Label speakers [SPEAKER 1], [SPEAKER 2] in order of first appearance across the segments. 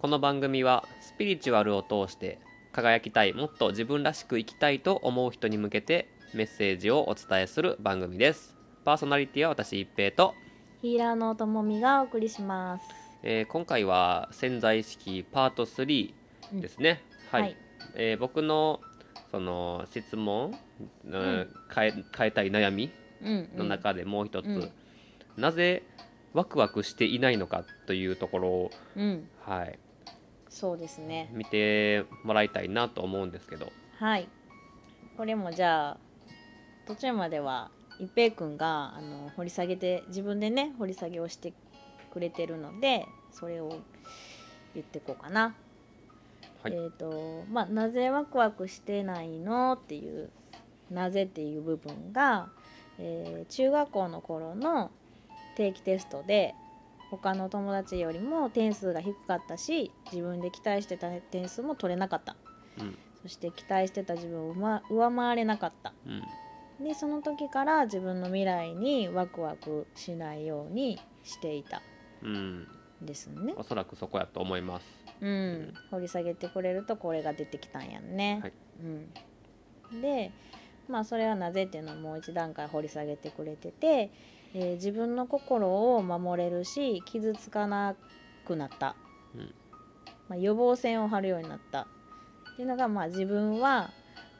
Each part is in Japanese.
[SPEAKER 1] この番組はスピリチュアルを通して輝きたいもっと自分らしく生きたいと思う人に向けてメッセージをお伝えする番組ですパーソナリティは私一平と、
[SPEAKER 2] ヒーラーのともみがお送りします。
[SPEAKER 1] えー今回は潜在意識パート3ですね、はい、えー僕のその質問、うん
[SPEAKER 2] ん
[SPEAKER 1] 変え変えたい悩み
[SPEAKER 2] うん、
[SPEAKER 1] の中でもう一つ、
[SPEAKER 2] うん
[SPEAKER 1] なぜワクワクしていないのかというところを、
[SPEAKER 2] うん、
[SPEAKER 1] はい、
[SPEAKER 2] そうですね。
[SPEAKER 1] 見てもらいたいなと思うんですけど
[SPEAKER 2] はい。これもじゃあ途中までは一平くんがあの掘り下げて自分でね掘り下げをしてくれてるのでそれを言ってこうかな。
[SPEAKER 1] はい
[SPEAKER 2] えっ、とまあなぜワクワクしてないのっていうなぜっていう部分が、えー中学校の頃の定期テストで他の友達よりも点数が低かったし自分で期待してた点数も取れなかった、
[SPEAKER 1] うん
[SPEAKER 2] そして期待してた自分を上上回れなかった
[SPEAKER 1] うん
[SPEAKER 2] でその時から自分の未来にワクワクしないようにしていた
[SPEAKER 1] うん
[SPEAKER 2] んですね
[SPEAKER 1] おそらくそこやと思います
[SPEAKER 2] うん、掘り下げてくれるとこれが出てきたんやんね、
[SPEAKER 1] はい
[SPEAKER 2] うん、でまあそれはなぜっていうのをもう一段階掘り下げてくれてて、えー自分の心を守れるし傷つかなくなった、
[SPEAKER 1] うん
[SPEAKER 2] まあ、予防線を張るようになったっていうのがまあ自分は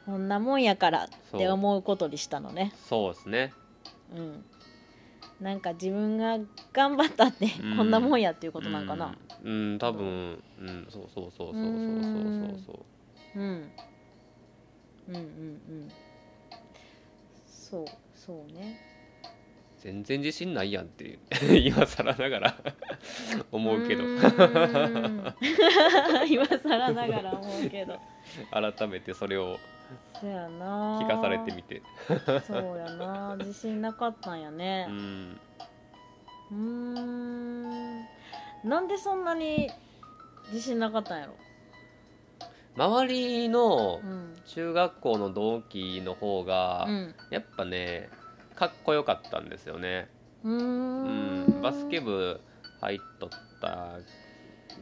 [SPEAKER 2] こんなもんやからって思うことにしたのね
[SPEAKER 1] そうですね
[SPEAKER 2] うんなんか自分が頑張ったって
[SPEAKER 1] うん
[SPEAKER 2] こんなもんやっていうことなんかな、
[SPEAKER 1] うん、うん多分うんそうそうそうそうそうそうそう
[SPEAKER 2] うん、うんうんうんそうそうね
[SPEAKER 1] 全然自信ないやんっていう 今更ながら思うけど
[SPEAKER 2] ーん今更ながら思うけ ど
[SPEAKER 1] 改めてそれを
[SPEAKER 2] そやな
[SPEAKER 1] 聞かされてみて
[SPEAKER 2] そうやな自信なかったんやね
[SPEAKER 1] うん
[SPEAKER 2] うーんなんでそんなに自信なかったんやろ
[SPEAKER 1] 周りの
[SPEAKER 2] うん
[SPEAKER 1] 中学校の同期の方が、
[SPEAKER 2] うん
[SPEAKER 1] やっぱねかっこよかったんですよね、
[SPEAKER 2] うー
[SPEAKER 1] うんん、バスケ部入っとった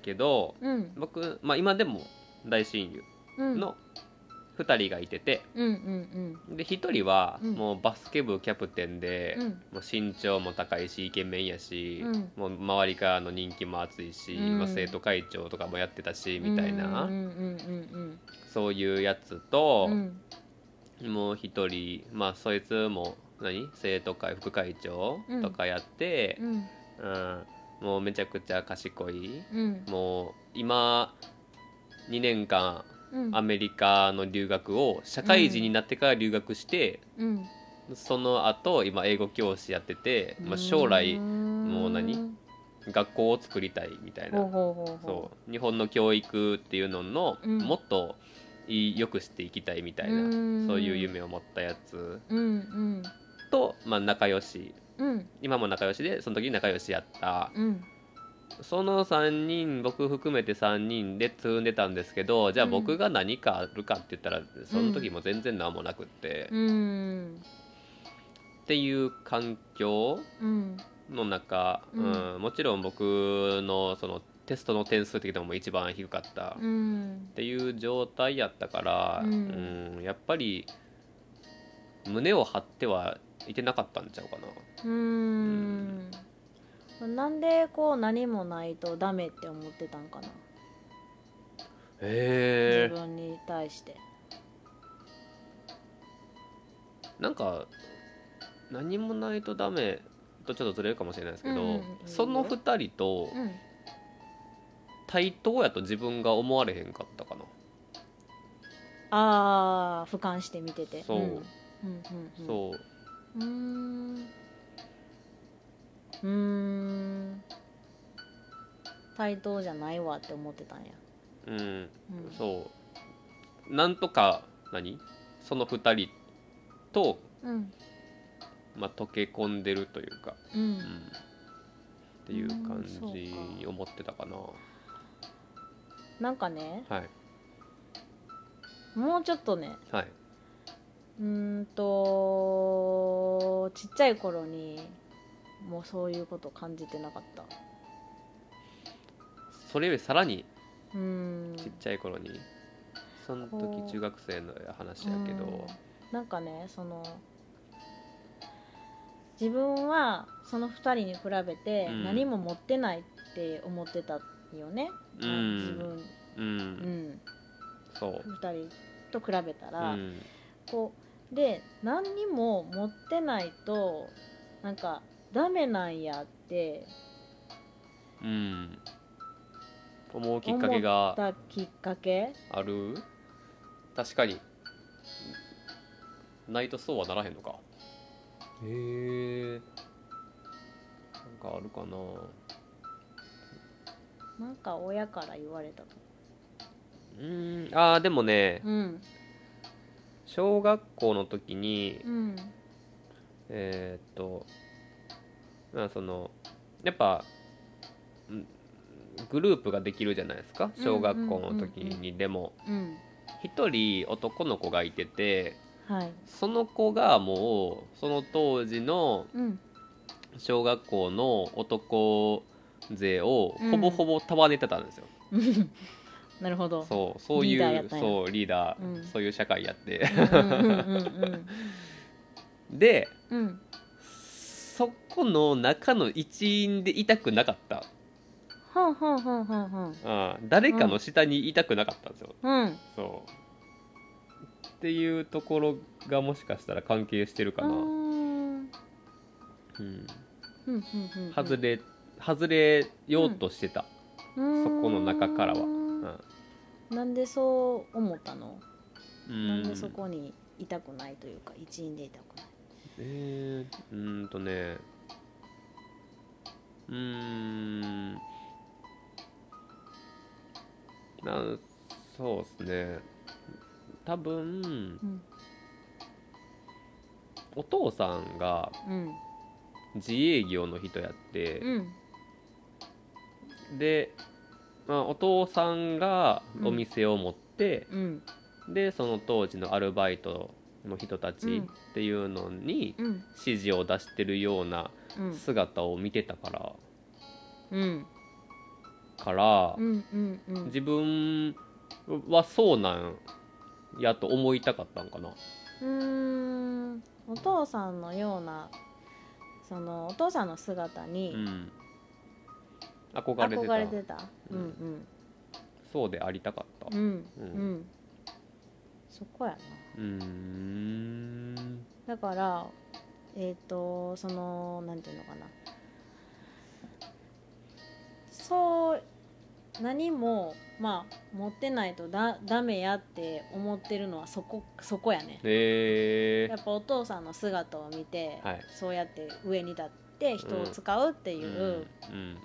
[SPEAKER 1] けど
[SPEAKER 2] うん
[SPEAKER 1] 僕、まあ、今でも大親友
[SPEAKER 2] うん
[SPEAKER 1] の2人がいてて
[SPEAKER 2] うんうん
[SPEAKER 1] で1人は
[SPEAKER 2] うん
[SPEAKER 1] もうバスケ部キャプテンで、
[SPEAKER 2] うんうん
[SPEAKER 1] もう身長も高いしイケメンやし、
[SPEAKER 2] うん
[SPEAKER 1] もう周りからの人気も厚いし、
[SPEAKER 2] うん
[SPEAKER 1] まあ生徒会長とかもやってたしみたいな、
[SPEAKER 2] うんうんうん
[SPEAKER 1] そういうやつ
[SPEAKER 2] うん
[SPEAKER 1] と
[SPEAKER 2] う、ん
[SPEAKER 1] もう一人まあそいつも何生徒会副会長
[SPEAKER 2] うん
[SPEAKER 1] とかやって
[SPEAKER 2] う、ん
[SPEAKER 1] うんもうめちゃくちゃ賢い
[SPEAKER 2] うん
[SPEAKER 1] もう今2年間
[SPEAKER 2] うん
[SPEAKER 1] アメリカの留学を社会人になってから留学して、
[SPEAKER 2] うん
[SPEAKER 1] その後今英語教師やってて、まあ、将来
[SPEAKER 2] も
[SPEAKER 1] う何学校を作りたいみたいな、
[SPEAKER 2] ほうほうほうほ
[SPEAKER 1] そう日本の教育っていうのの、
[SPEAKER 2] うん
[SPEAKER 1] もっといい良くしていきたいみたいな、
[SPEAKER 2] うん
[SPEAKER 1] そういう夢を持ったやつ
[SPEAKER 2] ううん
[SPEAKER 1] と、まあ、仲良し
[SPEAKER 2] うんうん
[SPEAKER 1] 今も仲良しでその時仲良しやった
[SPEAKER 2] うん
[SPEAKER 1] その3人僕含めて3人で積んでたんですけどじゃあ
[SPEAKER 2] うん
[SPEAKER 1] 僕が何かあるかって言ったらその時も全然何もなくって、
[SPEAKER 2] う
[SPEAKER 1] っ
[SPEAKER 2] ん
[SPEAKER 1] ていう環境
[SPEAKER 2] うん
[SPEAKER 1] の中、う
[SPEAKER 2] うん
[SPEAKER 1] んもちろん僕のそのテストの点数的にも一番低かった、
[SPEAKER 2] う
[SPEAKER 1] っ
[SPEAKER 2] ん
[SPEAKER 1] ていう状態やったから、
[SPEAKER 2] う
[SPEAKER 1] うんやっぱり胸を張ってはいてなかったんちゃうかな。
[SPEAKER 2] うんなんでこう何もないとダメって思ってたんかな自
[SPEAKER 1] へえ
[SPEAKER 2] 分に対して
[SPEAKER 1] なんか何もないとダメとちょっとずれるかもしれないですけど、
[SPEAKER 2] うんうんうん
[SPEAKER 1] その2人と
[SPEAKER 2] うん
[SPEAKER 1] 対等やと自分が思われへんかったかな。
[SPEAKER 2] ああ俯瞰して見てて
[SPEAKER 1] そう
[SPEAKER 2] うんうんうん
[SPEAKER 1] そう
[SPEAKER 2] うーんうーん対等じゃないわって思ってたんや、
[SPEAKER 1] うん
[SPEAKER 2] うん、
[SPEAKER 1] そうなんとか何その2人と、
[SPEAKER 2] うん
[SPEAKER 1] まあ、溶け込んでるというか、
[SPEAKER 2] う
[SPEAKER 1] うんん、っていう感じを持ってたかな、
[SPEAKER 2] なんかね
[SPEAKER 1] はい
[SPEAKER 2] もうちょっとね
[SPEAKER 1] はいう
[SPEAKER 2] ーんとちっちゃい頃にもうそういうこと感じてなかった
[SPEAKER 1] それよりさらに
[SPEAKER 2] うん
[SPEAKER 1] ちっちゃい頃にその
[SPEAKER 2] ほう
[SPEAKER 1] 時中学生の話やけど
[SPEAKER 2] うんなんかねその自分はその2人に比べて
[SPEAKER 1] うん
[SPEAKER 2] 何も持ってないって思ってたよね、
[SPEAKER 1] う
[SPEAKER 2] 自
[SPEAKER 1] ん
[SPEAKER 2] 分、
[SPEAKER 1] うん、
[SPEAKER 2] うん、
[SPEAKER 1] そう
[SPEAKER 2] 2人と比べた
[SPEAKER 1] う
[SPEAKER 2] ら、
[SPEAKER 1] ん
[SPEAKER 2] こうで何にも持ってないとなんかダメなんやって
[SPEAKER 1] うん思うきっかけが
[SPEAKER 2] たきっかけ
[SPEAKER 1] ある確かにないとそうはならへんのかへえんかあるかな
[SPEAKER 2] なんか親から言われたと
[SPEAKER 1] うんあーでもね
[SPEAKER 2] うん
[SPEAKER 1] 小学校の時に
[SPEAKER 2] うん
[SPEAKER 1] えーっとまあそのやっぱんグループができるじゃないですか小学校の時にでも
[SPEAKER 2] うん
[SPEAKER 1] 一人男の子がいてて
[SPEAKER 2] はい
[SPEAKER 1] その子がもうその当時の
[SPEAKER 2] うん
[SPEAKER 1] 小学校の男勢をほぼほぼ束ねてたんですよ、
[SPEAKER 2] なるほど
[SPEAKER 1] そうそうい
[SPEAKER 2] リーダーやっ
[SPEAKER 1] う
[SPEAKER 2] たんや
[SPEAKER 1] そうリーダー、
[SPEAKER 2] うん
[SPEAKER 1] そういう社会やって
[SPEAKER 2] うんうん
[SPEAKER 1] で
[SPEAKER 2] うんうん
[SPEAKER 1] そこの中の一員でいたくなかった
[SPEAKER 2] はんはんはんはんはん
[SPEAKER 1] うん誰かの下にいたくなかったんですよ、
[SPEAKER 2] うん
[SPEAKER 1] そうっていうところがもしかしたら関係してるかな、
[SPEAKER 2] うん
[SPEAKER 1] うん、
[SPEAKER 2] うんうん
[SPEAKER 1] 外れ外れようとしてた、
[SPEAKER 2] そこ
[SPEAKER 1] そこの中からはうん
[SPEAKER 2] なんでそう思ったの
[SPEAKER 1] うん
[SPEAKER 2] なんでそこにいたくないというか一員でいたくない
[SPEAKER 1] えー、うーんとねうーんなんそうですね多分
[SPEAKER 2] うん
[SPEAKER 1] お父さんが
[SPEAKER 2] うん
[SPEAKER 1] 自営業の人やって、
[SPEAKER 2] うん
[SPEAKER 1] で、まあ、お父さんがお店を持って、
[SPEAKER 2] うん
[SPEAKER 1] でその当時のアルバイトの人たちっていうのに
[SPEAKER 2] うん
[SPEAKER 1] 指示を出してるような
[SPEAKER 2] うん
[SPEAKER 1] 姿を見てたから、
[SPEAKER 2] うん
[SPEAKER 1] から
[SPEAKER 2] う、んうんうん
[SPEAKER 1] 自分はそうなんやと思いたかったんかな。
[SPEAKER 2] うーんお父さんのようなそのお父さんの姿
[SPEAKER 1] う
[SPEAKER 2] に
[SPEAKER 1] ん、憧れてた
[SPEAKER 2] 憧れてた
[SPEAKER 1] う
[SPEAKER 2] うんん
[SPEAKER 1] そうでありたかった。
[SPEAKER 2] うんう
[SPEAKER 1] う
[SPEAKER 2] んうんんそこやな
[SPEAKER 1] うーん
[SPEAKER 2] だからえっ、とそのなんていうのかなそう何もまあ持ってないとだダメやって思ってるのはそこそこやね
[SPEAKER 1] え
[SPEAKER 2] やっぱお父さんの姿を見て、
[SPEAKER 1] はい
[SPEAKER 2] そうやって上に立って人を使うって
[SPEAKER 1] ー、
[SPEAKER 2] いう
[SPEAKER 1] うん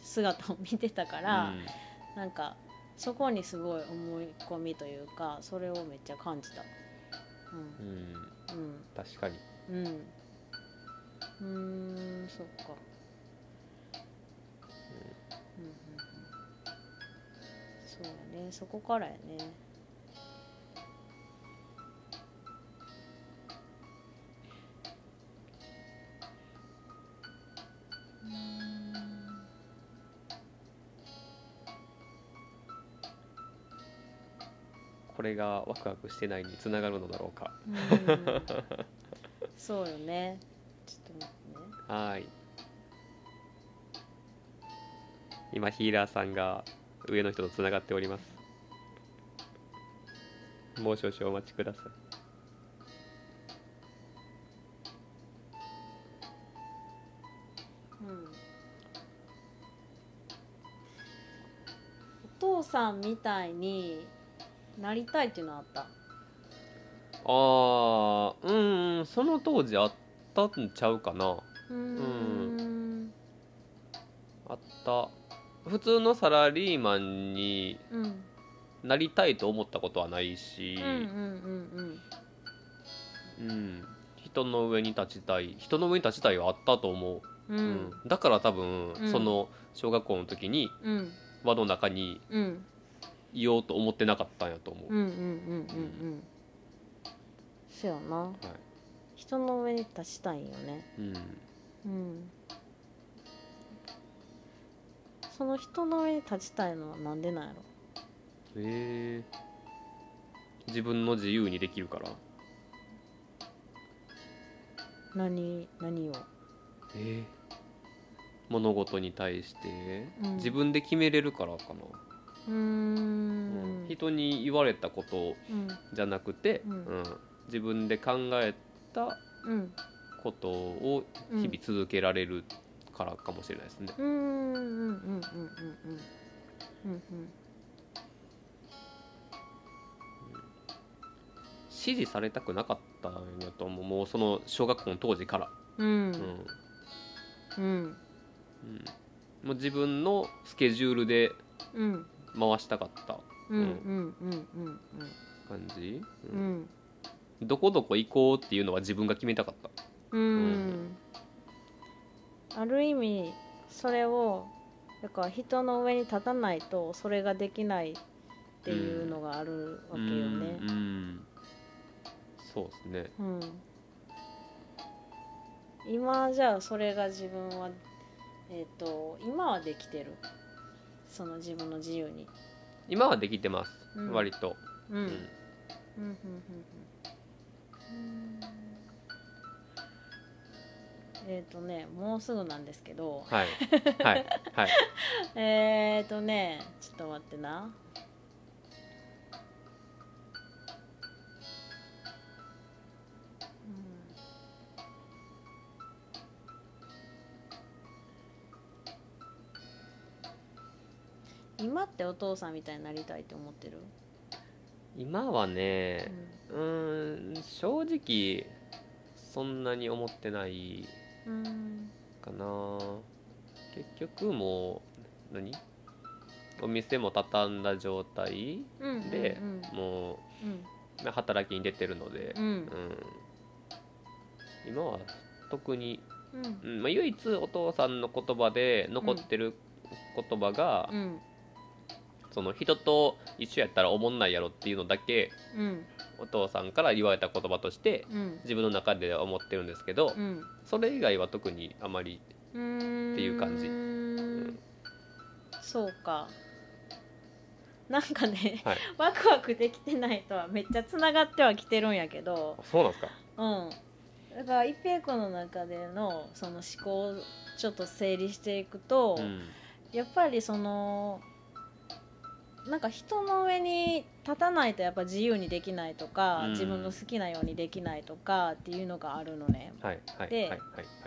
[SPEAKER 2] 姿を見てたか
[SPEAKER 1] うん
[SPEAKER 2] ら、なんかそこにすごい思い込みというかそれをめっちゃ感じた
[SPEAKER 1] うんうん
[SPEAKER 2] うん、うん
[SPEAKER 1] 確かに
[SPEAKER 2] うんうーんそっかうんうんうんそうやねそこからやね
[SPEAKER 1] これがワクワクしてないにつながるのだろうか。
[SPEAKER 2] うん そうよねちょっと待ってね
[SPEAKER 1] はーい今ヒーラーさんが上の人とつながっておりますもう少々お待ちください
[SPEAKER 2] うんお父さんみたいになりたいっていうのはあった
[SPEAKER 1] あーうんうんその当時あったんちゃうかな
[SPEAKER 2] うーん
[SPEAKER 1] あった普通のサラリーマンに
[SPEAKER 2] うんうん
[SPEAKER 1] なりたいと思ったことはないし
[SPEAKER 2] うんう、ん
[SPEAKER 1] うん人の上に立ちたい人の上に立ちたいはあったと思う、
[SPEAKER 2] うんう
[SPEAKER 1] うんんだから多分、
[SPEAKER 2] うん
[SPEAKER 1] その小学校の時に
[SPEAKER 2] うん
[SPEAKER 1] 輪の中に
[SPEAKER 2] うんうん
[SPEAKER 1] いようと思ってなかったんやと思う、
[SPEAKER 2] うんうんうんうんそうやな
[SPEAKER 1] はい
[SPEAKER 2] 人の上に立ちたいよね
[SPEAKER 1] うん
[SPEAKER 2] うんその人の上に立ちたいのはなんでなんやろ
[SPEAKER 1] え自分の自由にできるから
[SPEAKER 2] 何何を
[SPEAKER 1] え物事に対して
[SPEAKER 2] うん
[SPEAKER 1] 自分で決めれるからかな、
[SPEAKER 2] うー
[SPEAKER 1] うん
[SPEAKER 2] ん
[SPEAKER 1] 人に言われたこと
[SPEAKER 2] うん
[SPEAKER 1] じゃなくて、
[SPEAKER 2] うん
[SPEAKER 1] うん自分で考えた
[SPEAKER 2] うん
[SPEAKER 1] ことを
[SPEAKER 2] うん
[SPEAKER 1] 日々続けられるからかもしれないですね、
[SPEAKER 2] うんうんうんうんうんうんうんうん
[SPEAKER 1] 支持されたくなかったんやと思うもうその小学校の当時から、
[SPEAKER 2] うん
[SPEAKER 1] うん
[SPEAKER 2] うん
[SPEAKER 1] うんもう自分のスケジュールで
[SPEAKER 2] うん
[SPEAKER 1] 回したかった
[SPEAKER 2] うんうんうんうん
[SPEAKER 1] 感じ、
[SPEAKER 2] う
[SPEAKER 1] うん
[SPEAKER 2] ん
[SPEAKER 1] どこどこ行こうっていうのは自分が決めたかった
[SPEAKER 2] うんうんある意味それをだから人の上に立たないとそれができないっていうのがあるわけよね
[SPEAKER 1] うんうんそうですね
[SPEAKER 2] うん今じゃあそれが自分はえっ、と今はできてるその自分の自由に
[SPEAKER 1] 今はできてます、
[SPEAKER 2] うん
[SPEAKER 1] 割と、
[SPEAKER 2] うん
[SPEAKER 1] うん
[SPEAKER 2] うんうんうんうんえっ、とねもうすぐなんですけど
[SPEAKER 1] はいはいはい
[SPEAKER 2] えっ、とねちょっと待ってなうん今ってお父さんみたいになりたいって思ってる、
[SPEAKER 1] 今は
[SPEAKER 2] う
[SPEAKER 1] ね
[SPEAKER 2] ん
[SPEAKER 1] うーん正直そんなに思ってない
[SPEAKER 2] うん
[SPEAKER 1] かな結局もう何お店も畳んだ状態
[SPEAKER 2] うん
[SPEAKER 1] で
[SPEAKER 2] うん
[SPEAKER 1] も
[SPEAKER 2] うん
[SPEAKER 1] うまあ働きに出てるので
[SPEAKER 2] う、ん
[SPEAKER 1] うん今は特に、
[SPEAKER 2] うん
[SPEAKER 1] うんまあ、唯一お父さんの言葉で残ってる言葉が、
[SPEAKER 2] うん
[SPEAKER 1] その人と一緒やったらおもんないやろっていうのだけ
[SPEAKER 2] うん
[SPEAKER 1] お父さんから言われた言葉として
[SPEAKER 2] うん
[SPEAKER 1] 自分の中では思ってるんですけど、
[SPEAKER 2] うん
[SPEAKER 1] それ以外は特にあまり、
[SPEAKER 2] って
[SPEAKER 1] いう感じ
[SPEAKER 2] じそうかなんかね
[SPEAKER 1] はい、
[SPEAKER 2] ワクワクできてないとはめっちゃつながってはきてるんやけど
[SPEAKER 1] あそうなんですか
[SPEAKER 2] うんだから一平君の中でのその思考をちょっと整理していくと、
[SPEAKER 1] うん
[SPEAKER 2] やっぱりそのなんか人の上に立たないとやっぱ自由にできないとか、
[SPEAKER 1] うん
[SPEAKER 2] 自分の好きなようにできないとかっていうのがあるのね
[SPEAKER 1] はいはいはい
[SPEAKER 2] で
[SPEAKER 1] はいはい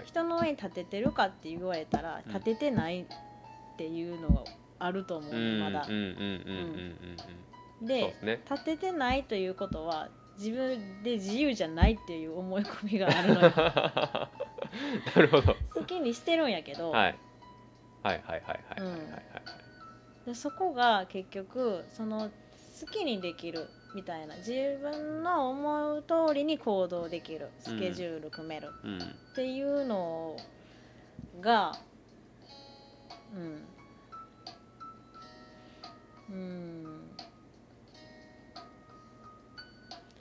[SPEAKER 2] 人の上に立ててるかって言われたら
[SPEAKER 1] うん
[SPEAKER 2] 立ててないっていうのがあると思
[SPEAKER 1] う
[SPEAKER 2] う、
[SPEAKER 1] ん
[SPEAKER 2] まだ
[SPEAKER 1] うん。うんうんうんうんうんそう
[SPEAKER 2] で
[SPEAKER 1] ですね
[SPEAKER 2] 立ててないということは自分で自由じゃないっていう思い込みがあるのよ
[SPEAKER 1] なるほど
[SPEAKER 2] 好きにしてるんやけど、
[SPEAKER 1] はいはいはいはいはいはいはいはい
[SPEAKER 2] でそこが結局その好きにできるみたいな自分の思う通りに行動できるスケジュール組める
[SPEAKER 1] うん
[SPEAKER 2] っていうのがうんうん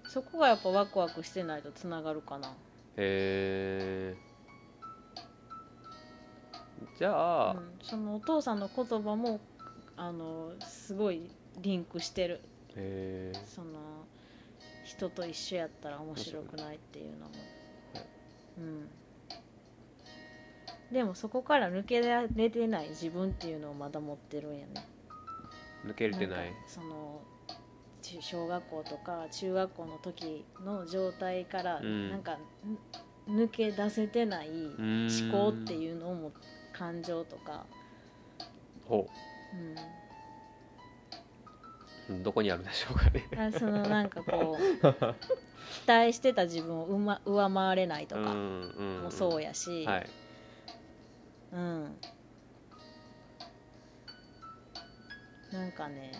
[SPEAKER 2] そこがやっぱワクワクしてないとつながるかな
[SPEAKER 1] へえじゃあ、
[SPEAKER 2] うん、そのお父さんの言葉もあのすごいリンクしてる
[SPEAKER 1] へー
[SPEAKER 2] その人と一緒やったら面白くないっていうのも
[SPEAKER 1] はい、
[SPEAKER 2] うん、でもそこから抜けられてない自分っていうのをまだ持ってるんやね
[SPEAKER 1] 抜けれてない
[SPEAKER 2] んかその中小学校とか中学校の時の状態から、
[SPEAKER 1] うん
[SPEAKER 2] なんかん抜け出せてない
[SPEAKER 1] 思
[SPEAKER 2] 思考って
[SPEAKER 1] う
[SPEAKER 2] いうのをも感情とか、
[SPEAKER 1] ーんほ
[SPEAKER 2] う
[SPEAKER 1] うどこにあるでしょうかね
[SPEAKER 2] ん、あそのなんかこう 期待してた自分をうま上回れないとか、
[SPEAKER 1] うんうん
[SPEAKER 2] もそう
[SPEAKER 1] や
[SPEAKER 2] やし、
[SPEAKER 1] はい
[SPEAKER 2] うんなんかね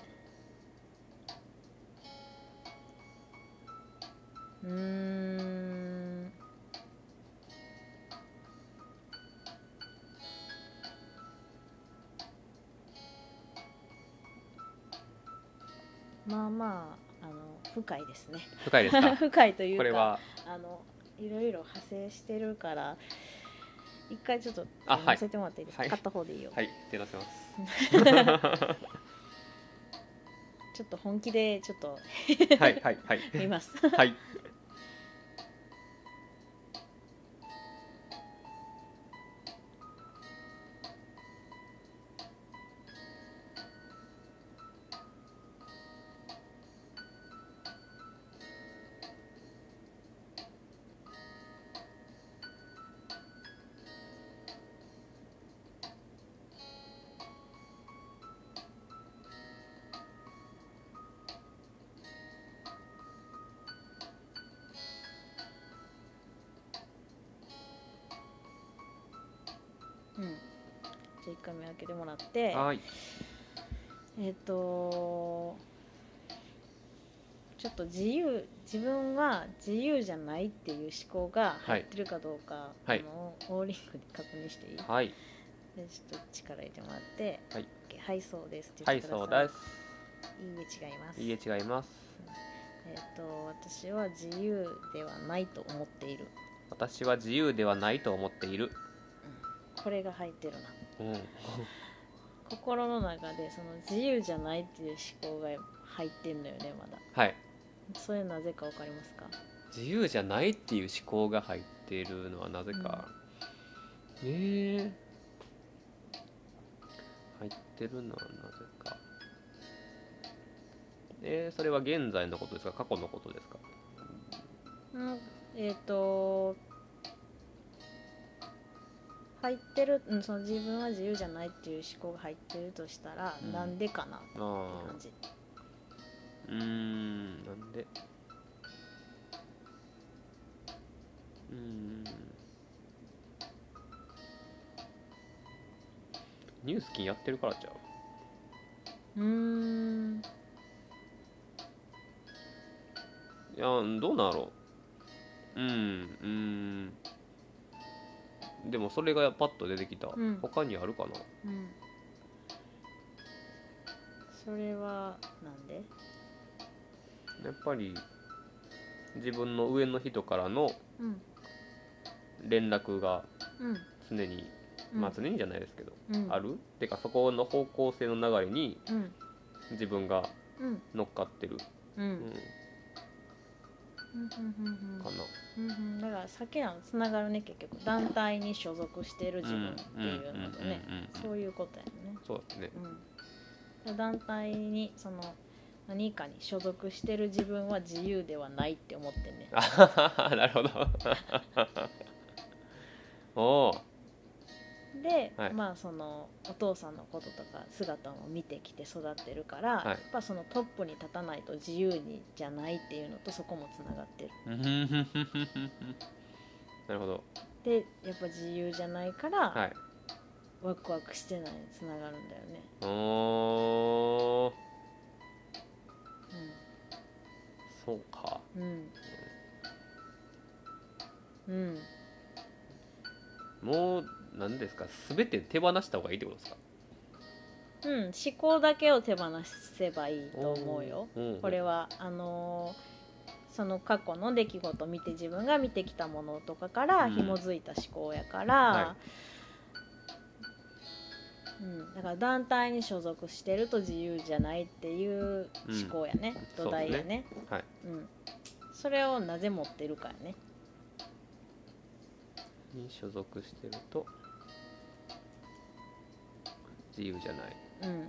[SPEAKER 2] うーんまあまああの深いですね
[SPEAKER 1] 深いですか
[SPEAKER 2] 深 いというか
[SPEAKER 1] これは
[SPEAKER 2] あのいろいろ派生してるから一回ちょっと
[SPEAKER 1] あはい
[SPEAKER 2] 載せてもらっていいですか、
[SPEAKER 1] はい
[SPEAKER 2] 買った方でいいよ、
[SPEAKER 1] はい手出せます
[SPEAKER 2] ちちょっと本気でちょっと
[SPEAKER 1] はいはい はい
[SPEAKER 2] 見ます。
[SPEAKER 1] はい
[SPEAKER 2] うん。じゃあ一回目開けてもらって、
[SPEAKER 1] はい
[SPEAKER 2] えっ、とちょっと自由自分は自由じゃないっていう思考が入ってるかどうか、
[SPEAKER 1] はい
[SPEAKER 2] あのオーリングで確認していい、
[SPEAKER 1] はい
[SPEAKER 2] でちょっと力入れてもらって「
[SPEAKER 1] はい
[SPEAKER 2] OK はいそうです」って
[SPEAKER 1] は
[SPEAKER 2] 言っ
[SPEAKER 1] い
[SPEAKER 2] てくださ
[SPEAKER 1] そ
[SPEAKER 2] い、
[SPEAKER 1] うです
[SPEAKER 2] いいえ違います
[SPEAKER 1] いいえ違います
[SPEAKER 2] えっ、と私は自由ではないと思っている
[SPEAKER 1] 私は自由ではないと思っている
[SPEAKER 2] これが入ってるな
[SPEAKER 1] うん
[SPEAKER 2] 心の中でその自由じゃないっていう思考が入ってんだよねまだ
[SPEAKER 1] はい
[SPEAKER 2] それなぜかわかりますか
[SPEAKER 1] 自由じゃないっていう思考が入っているのはなぜか、えー入ってるのはなぜかえーそれは現在のことですか過去のことですか
[SPEAKER 2] うん、えっ、と入ってる、うん、その自分は自由じゃないっていう思考が入ってるとしたら、
[SPEAKER 1] うん
[SPEAKER 2] なんでかなって
[SPEAKER 1] あ
[SPEAKER 2] 感
[SPEAKER 1] あ
[SPEAKER 2] じ
[SPEAKER 1] うーんなんでうーんニュース金やってるからちゃう
[SPEAKER 2] うーん
[SPEAKER 1] いやどうなんやろううんうんでもそれがパッと出てきた、
[SPEAKER 2] うん
[SPEAKER 1] 他にあるかな
[SPEAKER 2] うんそれはなんで
[SPEAKER 1] やっぱり自分の上の人からの
[SPEAKER 2] うん
[SPEAKER 1] 連絡が
[SPEAKER 2] うん
[SPEAKER 1] 常に、
[SPEAKER 2] うん
[SPEAKER 1] まあ常にじゃないですけど、
[SPEAKER 2] うん
[SPEAKER 1] あるてかそこの方向性の流れに
[SPEAKER 2] うん
[SPEAKER 1] 自分が
[SPEAKER 2] うん
[SPEAKER 1] 乗っかってる、
[SPEAKER 2] うんう
[SPEAKER 1] うん
[SPEAKER 2] んうんうん
[SPEAKER 1] かな
[SPEAKER 2] うんうんだから酒はつながるね結局団体に所属している自分っていうのとね
[SPEAKER 1] うんうんうんうん
[SPEAKER 2] そういうことやね
[SPEAKER 1] そうですね
[SPEAKER 2] うん、団体にその何かに所属してる自分は自由ではないって思ってね
[SPEAKER 1] あはははなるほど おー
[SPEAKER 2] で、
[SPEAKER 1] はい
[SPEAKER 2] まあそのお父さんのこととか姿を見てきて育ってるから、
[SPEAKER 1] はい
[SPEAKER 2] やっぱそのトップに立たないと自由にじゃないっていうのとそこもつながってる
[SPEAKER 1] うんふん ふんふんふんふんなるほど
[SPEAKER 2] でやっぱ自由じゃないから、
[SPEAKER 1] はい
[SPEAKER 2] ワクワクしてないにつながるんだよね、
[SPEAKER 1] おーそうか
[SPEAKER 2] うんうん、
[SPEAKER 1] もう何ですか全て手放した方がいいってことですか
[SPEAKER 2] うんうん、思考だけを手放せばいいと思うよ、
[SPEAKER 1] おーうん
[SPEAKER 2] これはあのーその過去の出来事を見て自分が見てきたものとかから
[SPEAKER 1] うん
[SPEAKER 2] 紐づいた思考やから、
[SPEAKER 1] は
[SPEAKER 2] うん、だから団体に所属してると自由じゃないっていう思考やね、
[SPEAKER 1] うん
[SPEAKER 2] 土台やね
[SPEAKER 1] はい
[SPEAKER 2] うん、それをなぜ持ってるかやね
[SPEAKER 1] に所属してると自由じゃないっ
[SPEAKER 2] うん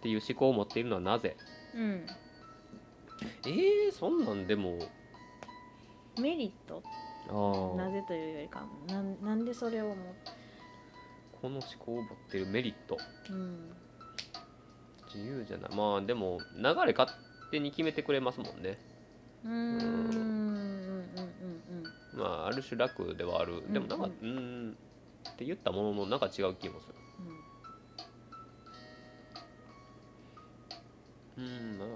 [SPEAKER 1] ていう思考を持っているのはなぜ
[SPEAKER 2] うん
[SPEAKER 1] えー、そんなんでも
[SPEAKER 2] メリット
[SPEAKER 1] あ
[SPEAKER 2] な
[SPEAKER 1] ー
[SPEAKER 2] ぜというよりかなんなんでそれを持っ
[SPEAKER 1] この思考を持ってるメリット
[SPEAKER 2] うん
[SPEAKER 1] 自由じゃないまあでも流れ勝手に決めてくれますもんね
[SPEAKER 2] うーんうんうんうん
[SPEAKER 1] まあある種楽ではあるでもなんかうんんって言ったもののなんか違う気もする
[SPEAKER 2] うん
[SPEAKER 1] うんなんだろう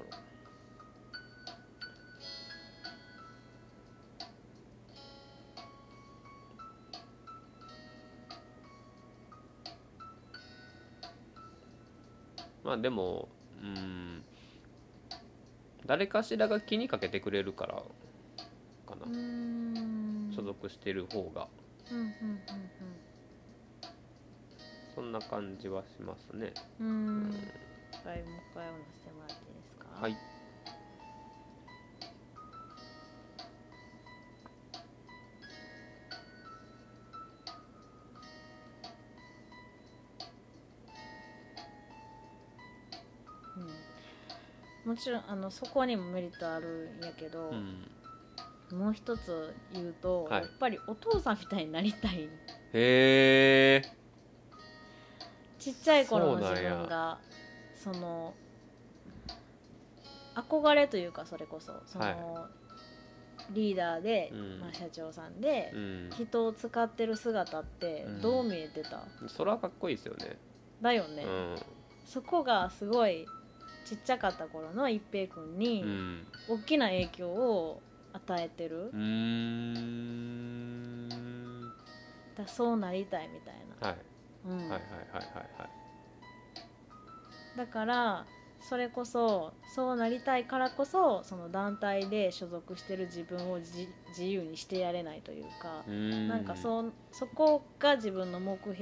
[SPEAKER 1] まあでもうん誰かしらが気にかけてくれるからかな
[SPEAKER 2] うーん
[SPEAKER 1] 所属してる方が
[SPEAKER 2] うんうんうんうん
[SPEAKER 1] そんな感じはしますね
[SPEAKER 2] うーん回もう一回を載せてもらっていいですか
[SPEAKER 1] はい
[SPEAKER 2] うんもちろんあのそこにもメリットあるんやけど、
[SPEAKER 1] うん
[SPEAKER 2] もう一つ言うと、
[SPEAKER 1] はい
[SPEAKER 2] やっぱりお父さんみたいになりたい
[SPEAKER 1] へえ
[SPEAKER 2] ちっちゃい頃の
[SPEAKER 1] そう
[SPEAKER 2] 自
[SPEAKER 1] なんや
[SPEAKER 2] 分がその憧れというかそれこそその、
[SPEAKER 1] は
[SPEAKER 2] リーダーで、
[SPEAKER 1] うん
[SPEAKER 2] まあ、社長さんで、
[SPEAKER 1] うん
[SPEAKER 2] 人を使ってる姿って
[SPEAKER 1] うん
[SPEAKER 2] どう見えてた、
[SPEAKER 1] それはかっこいいですよね
[SPEAKER 2] だよね、
[SPEAKER 1] うん
[SPEAKER 2] そこがすごいちっちゃかった頃の一平君
[SPEAKER 1] う
[SPEAKER 2] に
[SPEAKER 1] ん
[SPEAKER 2] 大きな影響を与えてる、
[SPEAKER 1] うーん
[SPEAKER 2] だそうなりたいみたいな、
[SPEAKER 1] はい
[SPEAKER 2] うん
[SPEAKER 1] はいはいはいはいはい
[SPEAKER 2] だからそれこそそうなりたいからこそその団体で所属してる自分をじ自由にしてやれないというか
[SPEAKER 1] う、ー
[SPEAKER 2] なんかそそこが自分の目標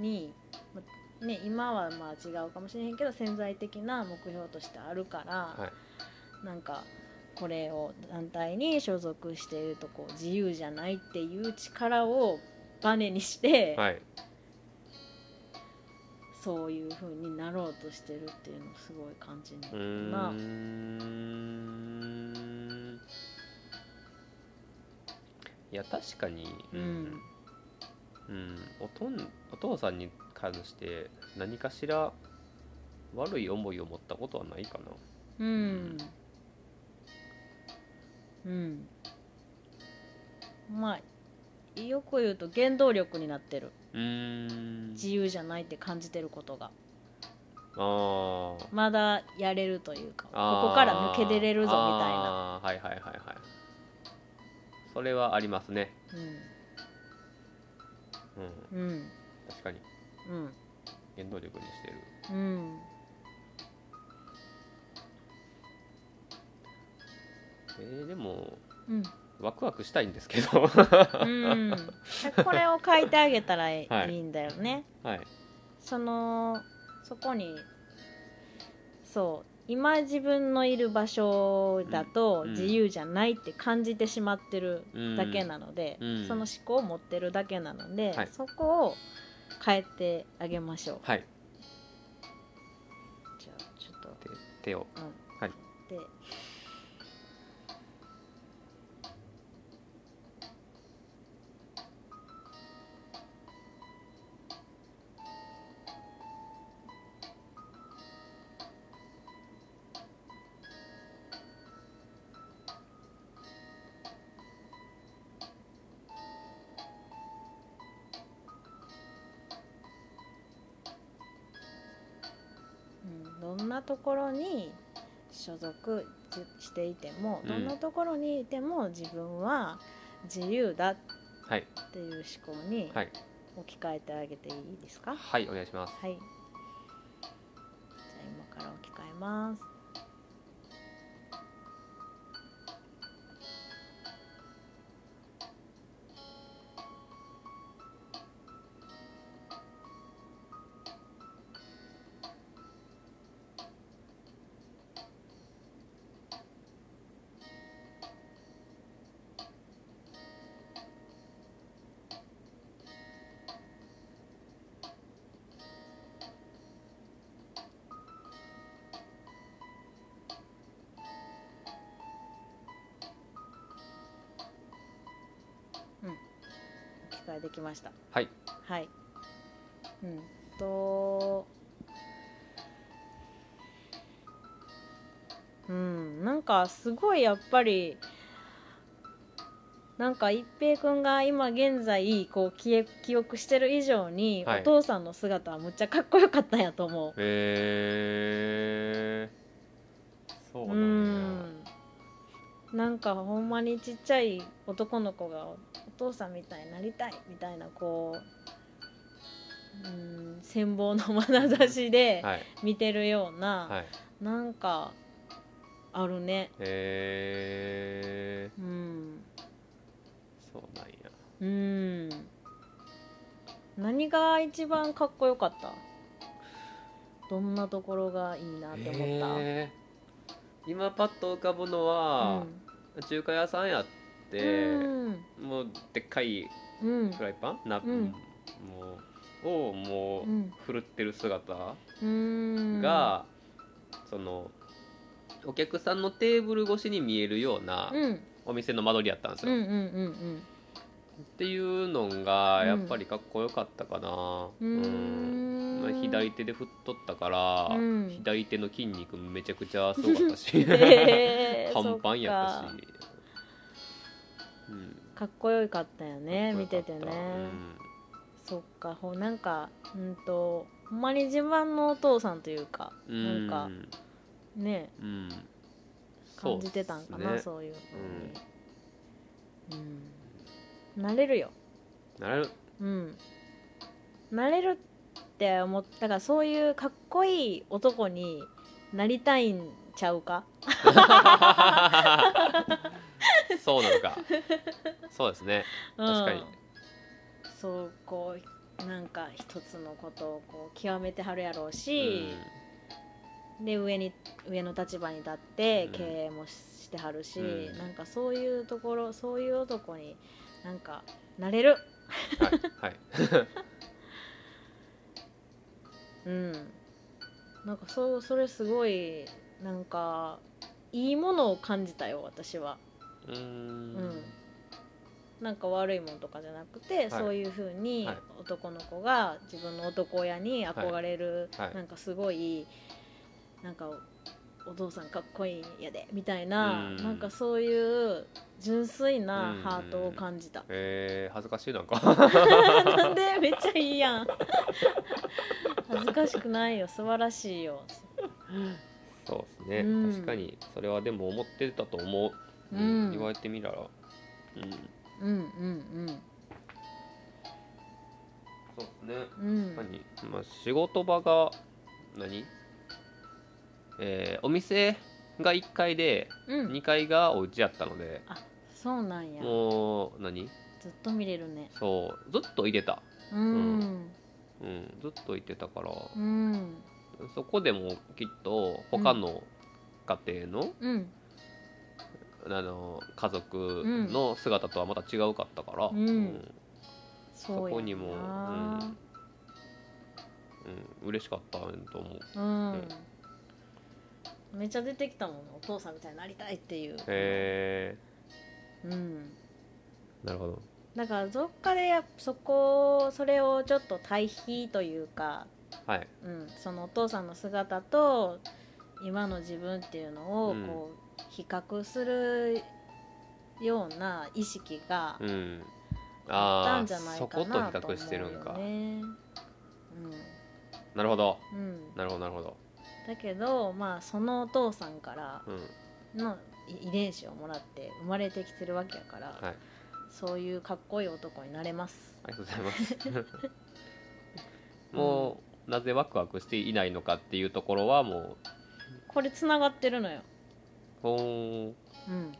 [SPEAKER 2] に、まね、今はまあ違うかもしれへんけど潜在的な目標としてあるから、
[SPEAKER 1] はい
[SPEAKER 2] なんかこれを団体に所属しているとこう自由じゃないっていう力をバネにして、
[SPEAKER 1] はい
[SPEAKER 2] そういう風になろうとしてるっていうのをすごい感じる
[SPEAKER 1] うーん
[SPEAKER 2] な。
[SPEAKER 1] いや確かに
[SPEAKER 2] うん
[SPEAKER 1] うんおとんお父さんに関して何かしら悪い思いを持ったことはないかな
[SPEAKER 2] うんうんまあよく言うと原動力になってる
[SPEAKER 1] うーん
[SPEAKER 2] 自由じゃないって感じてることが
[SPEAKER 1] あー
[SPEAKER 2] まだやれるというかこ
[SPEAKER 1] あー
[SPEAKER 2] こから抜け出れるぞみたい
[SPEAKER 1] あ
[SPEAKER 2] な、
[SPEAKER 1] ーはいはいはいはいそれはありますねうん
[SPEAKER 2] うんうん
[SPEAKER 1] 確かに
[SPEAKER 2] うん
[SPEAKER 1] 原動力にしてる
[SPEAKER 2] うん
[SPEAKER 1] えーでも
[SPEAKER 2] うん
[SPEAKER 1] ワクワクしたいんですけど
[SPEAKER 2] うん、これを書いてあげたらい
[SPEAKER 1] はい
[SPEAKER 2] いいんだよね、
[SPEAKER 1] はい
[SPEAKER 2] そのそこにそう今自分のいる場所だと
[SPEAKER 1] うん
[SPEAKER 2] 自由じゃないって感じてしまってるだけなので、
[SPEAKER 1] うん
[SPEAKER 2] その思考を持ってるだけなので、
[SPEAKER 1] はい
[SPEAKER 2] そこを変えてあげましょう
[SPEAKER 1] はい
[SPEAKER 2] じゃあちょっと
[SPEAKER 1] 手手を
[SPEAKER 2] うん
[SPEAKER 1] はい
[SPEAKER 2] でうんどんなところに所属じしていても、
[SPEAKER 1] うん
[SPEAKER 2] どんなところにいても自分は自由だっ
[SPEAKER 1] はい
[SPEAKER 2] ていう思考に
[SPEAKER 1] はい
[SPEAKER 2] 置き換えてあげていいですか
[SPEAKER 1] はいお願いします
[SPEAKER 2] はい。じゃあ今から置き換えます。置き換えできました。
[SPEAKER 1] はい
[SPEAKER 2] はい。うんと。うん、なんかすごいやっぱり。なんか一平君が今現在こう記憶記憶してる以上に、
[SPEAKER 1] はい
[SPEAKER 2] お父さんの姿はむっちゃかっこよかったんやと思う。
[SPEAKER 1] へえそう
[SPEAKER 2] う
[SPEAKER 1] なんや
[SPEAKER 2] んなんかほんまにちっちゃい男の子がお父さんみたいになりたいみたいなこううん羨望の眼差しで
[SPEAKER 1] はい
[SPEAKER 2] 見てるような、
[SPEAKER 1] はい
[SPEAKER 2] なんかあるね
[SPEAKER 1] へえ
[SPEAKER 2] うん
[SPEAKER 1] そうなんや
[SPEAKER 2] うん何が一番かっこよかったどんなところがいいなって思った、
[SPEAKER 1] へー今パッと浮かぶのは、中華屋さんやって、
[SPEAKER 2] うん
[SPEAKER 1] もうでっかい
[SPEAKER 2] うん
[SPEAKER 1] フライパンな、
[SPEAKER 2] うん
[SPEAKER 1] もうをもう、
[SPEAKER 2] うん
[SPEAKER 1] 振るってる姿
[SPEAKER 2] うん
[SPEAKER 1] が、そのお客さんのテーブル越しに見えるような
[SPEAKER 2] うんうん
[SPEAKER 1] お店の間取りやったんです
[SPEAKER 2] うん
[SPEAKER 1] よ、
[SPEAKER 2] う
[SPEAKER 1] っ
[SPEAKER 2] ん
[SPEAKER 1] ていうのがやっぱりかっこよかったかな、
[SPEAKER 2] うんうん
[SPEAKER 1] まあ左手で振っとったから、
[SPEAKER 2] うん
[SPEAKER 1] 左手の筋肉めちゃくちゃすごかった し
[SPEAKER 2] へ
[SPEAKER 1] パ
[SPEAKER 2] ー
[SPEAKER 1] ンパンやった
[SPEAKER 2] そっ
[SPEAKER 1] し
[SPEAKER 2] か、
[SPEAKER 1] うん、
[SPEAKER 2] かっこよかったよね
[SPEAKER 1] か
[SPEAKER 2] 見
[SPEAKER 1] っこ
[SPEAKER 2] て
[SPEAKER 1] よか
[SPEAKER 2] て
[SPEAKER 1] った
[SPEAKER 2] ね、そっかほなんかうんとほんまに自慢のお父さんというか
[SPEAKER 1] うん、
[SPEAKER 2] なんかね
[SPEAKER 1] うん、
[SPEAKER 2] 感じてたん
[SPEAKER 1] そ
[SPEAKER 2] か
[SPEAKER 1] う
[SPEAKER 2] な
[SPEAKER 1] っすね
[SPEAKER 2] そう,、いうのに、うん慣れるよ
[SPEAKER 1] なる
[SPEAKER 2] うん慣れるって思ったからそういうかっこいい男になりたいんちゃうか
[SPEAKER 1] そうなのか。そうですね。確かに
[SPEAKER 2] うん、そうこうなんか一つのことをこう極めてはるやろうし、で上に上の立場に立って
[SPEAKER 1] うん
[SPEAKER 2] 経営もししてはるし、
[SPEAKER 1] うん
[SPEAKER 2] なんかそういうところそういう男になんかなれる
[SPEAKER 1] うん、はい、はい。
[SPEAKER 2] うんなんかそうそれすごいなんかいいものを感じたよ私は
[SPEAKER 1] うーん
[SPEAKER 2] うんなんか悪いものとかじゃなくて、
[SPEAKER 1] い
[SPEAKER 2] そういうふうに
[SPEAKER 1] はい
[SPEAKER 2] 男の子が自分の男親に憧れる、
[SPEAKER 1] はいはい
[SPEAKER 2] なんかすごいなんかお父さんかっこいいんやでみたい
[SPEAKER 1] う
[SPEAKER 2] な、
[SPEAKER 1] ん
[SPEAKER 2] なんかそういう純粋
[SPEAKER 1] う
[SPEAKER 2] なんハートを感じた、
[SPEAKER 1] えー、恥ずかしいなんか。
[SPEAKER 2] なんでめっちゃいいやん 恥ずかしくないよ素晴らしいよ
[SPEAKER 1] そうですね、
[SPEAKER 2] うん
[SPEAKER 1] 確かに、それはでも思ってたと思う。
[SPEAKER 2] うん
[SPEAKER 1] 言われてみたら。うん。
[SPEAKER 2] うんうん
[SPEAKER 1] そうですね。
[SPEAKER 2] うんう
[SPEAKER 1] 確
[SPEAKER 2] ん
[SPEAKER 1] かに、まあ、仕事場が。何。えー、お店が1階で、
[SPEAKER 2] うん
[SPEAKER 1] 2階がお家やったので。
[SPEAKER 2] あそうなんや
[SPEAKER 1] もう、何。
[SPEAKER 2] ずっと見れるね
[SPEAKER 1] そう、ずっといてた。
[SPEAKER 2] うん
[SPEAKER 1] うん、ずっといてたから、
[SPEAKER 2] うん
[SPEAKER 1] そこでもきっと他の家庭の,、
[SPEAKER 2] うん
[SPEAKER 1] あの家族の姿とはまた違うかったから、
[SPEAKER 2] うんそ
[SPEAKER 1] そう
[SPEAKER 2] やんな
[SPEAKER 1] こにも、うんうん、嬉しかったと思う
[SPEAKER 2] うん、めっちゃ出てきたもんお父さんみたいになりたいっていう、
[SPEAKER 1] へ
[SPEAKER 2] うん、
[SPEAKER 1] えなるほど
[SPEAKER 2] だからどっかでやっぱそこそれをちょっと対比というか、
[SPEAKER 1] はい
[SPEAKER 2] うん、そのお父さんの姿と今の自分っていうのを
[SPEAKER 1] うん
[SPEAKER 2] こう比較するような意識が
[SPEAKER 1] うん
[SPEAKER 2] あった
[SPEAKER 1] あ
[SPEAKER 2] んじゃ
[SPEAKER 1] あ
[SPEAKER 2] ない
[SPEAKER 1] そ
[SPEAKER 2] か
[SPEAKER 1] こと比
[SPEAKER 2] なと思うよ、ね、
[SPEAKER 1] 較してるんか、
[SPEAKER 2] うん
[SPEAKER 1] なるほど
[SPEAKER 2] うん、
[SPEAKER 1] なるほどなるほど、
[SPEAKER 2] だけどまあそのお父さんから
[SPEAKER 1] うん、
[SPEAKER 2] の遺伝子をもらって生まれてきてるわけやから、
[SPEAKER 1] はい
[SPEAKER 2] そういうかっこいい男になれます
[SPEAKER 1] ありがとうございます もう、なぜワクワクしていないのかっていうところはも
[SPEAKER 2] これつながってるのよ
[SPEAKER 1] うほー
[SPEAKER 2] うん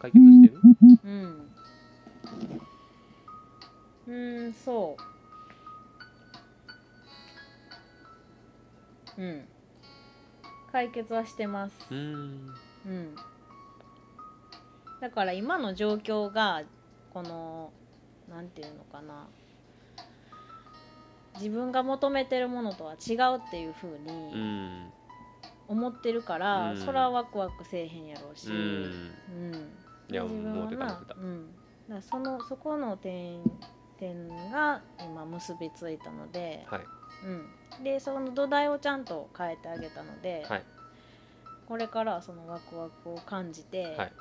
[SPEAKER 1] 解決してる
[SPEAKER 2] うんうーんそううん解決はしてます
[SPEAKER 1] うーん
[SPEAKER 2] うんだから今の状況がこのなんていうのかな自分が求めてるものとは違うっていう風
[SPEAKER 1] う
[SPEAKER 2] に
[SPEAKER 1] ん
[SPEAKER 2] 思ってるから、
[SPEAKER 1] うん
[SPEAKER 2] そらワクワクせえへんやろうし、
[SPEAKER 1] う
[SPEAKER 2] うん
[SPEAKER 1] んいや
[SPEAKER 2] 自分
[SPEAKER 1] 思
[SPEAKER 2] は
[SPEAKER 1] ってた思っ
[SPEAKER 2] な
[SPEAKER 1] てた
[SPEAKER 2] うん、だからそのそこの点点が今結びついたので、
[SPEAKER 1] はい
[SPEAKER 2] うん、でその土台をちゃんと変えてあげたので、
[SPEAKER 1] はい
[SPEAKER 2] これからはそのワクワクを感じて、
[SPEAKER 1] はい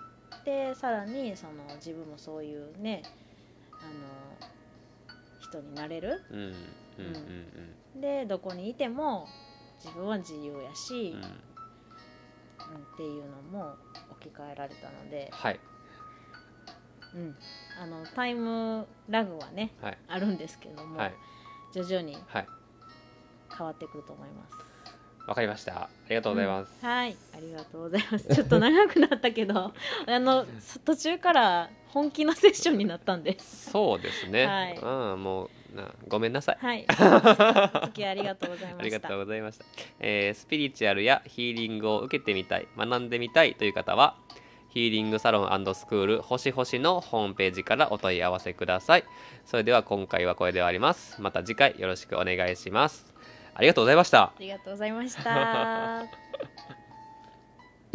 [SPEAKER 2] でさらにその自分もそういうねあの人になれる
[SPEAKER 1] うんうんうんうん
[SPEAKER 2] でどこにいても自分は自由やし、
[SPEAKER 1] うん
[SPEAKER 2] うんっていうのも置き換えられたので、
[SPEAKER 1] はい
[SPEAKER 2] うん、あのタイムラグはね
[SPEAKER 1] はい
[SPEAKER 2] あるんですけども、
[SPEAKER 1] はい
[SPEAKER 2] 徐々に
[SPEAKER 1] はい
[SPEAKER 2] 変わってくると思います。
[SPEAKER 1] わかりましたありがとうございます、
[SPEAKER 2] うんはい、ありがとうございます。ちょっと長くなったけど、 あの途中から本気のセッションになったんです。
[SPEAKER 1] そうですね、
[SPEAKER 2] はい
[SPEAKER 1] うんもうなごめんなさい
[SPEAKER 2] はい。お付き合いありがとうございました。
[SPEAKER 1] ありがとうございました、えースピリチュアルやヒーリングを受けてみたい学んでみたいという方はヒーリングサロンスクール星々のホームページからお問い合わせくださいそれでは今回はこれで終わりますまた次回よろしくお願いしますありがとうございました
[SPEAKER 2] ありがとうございました。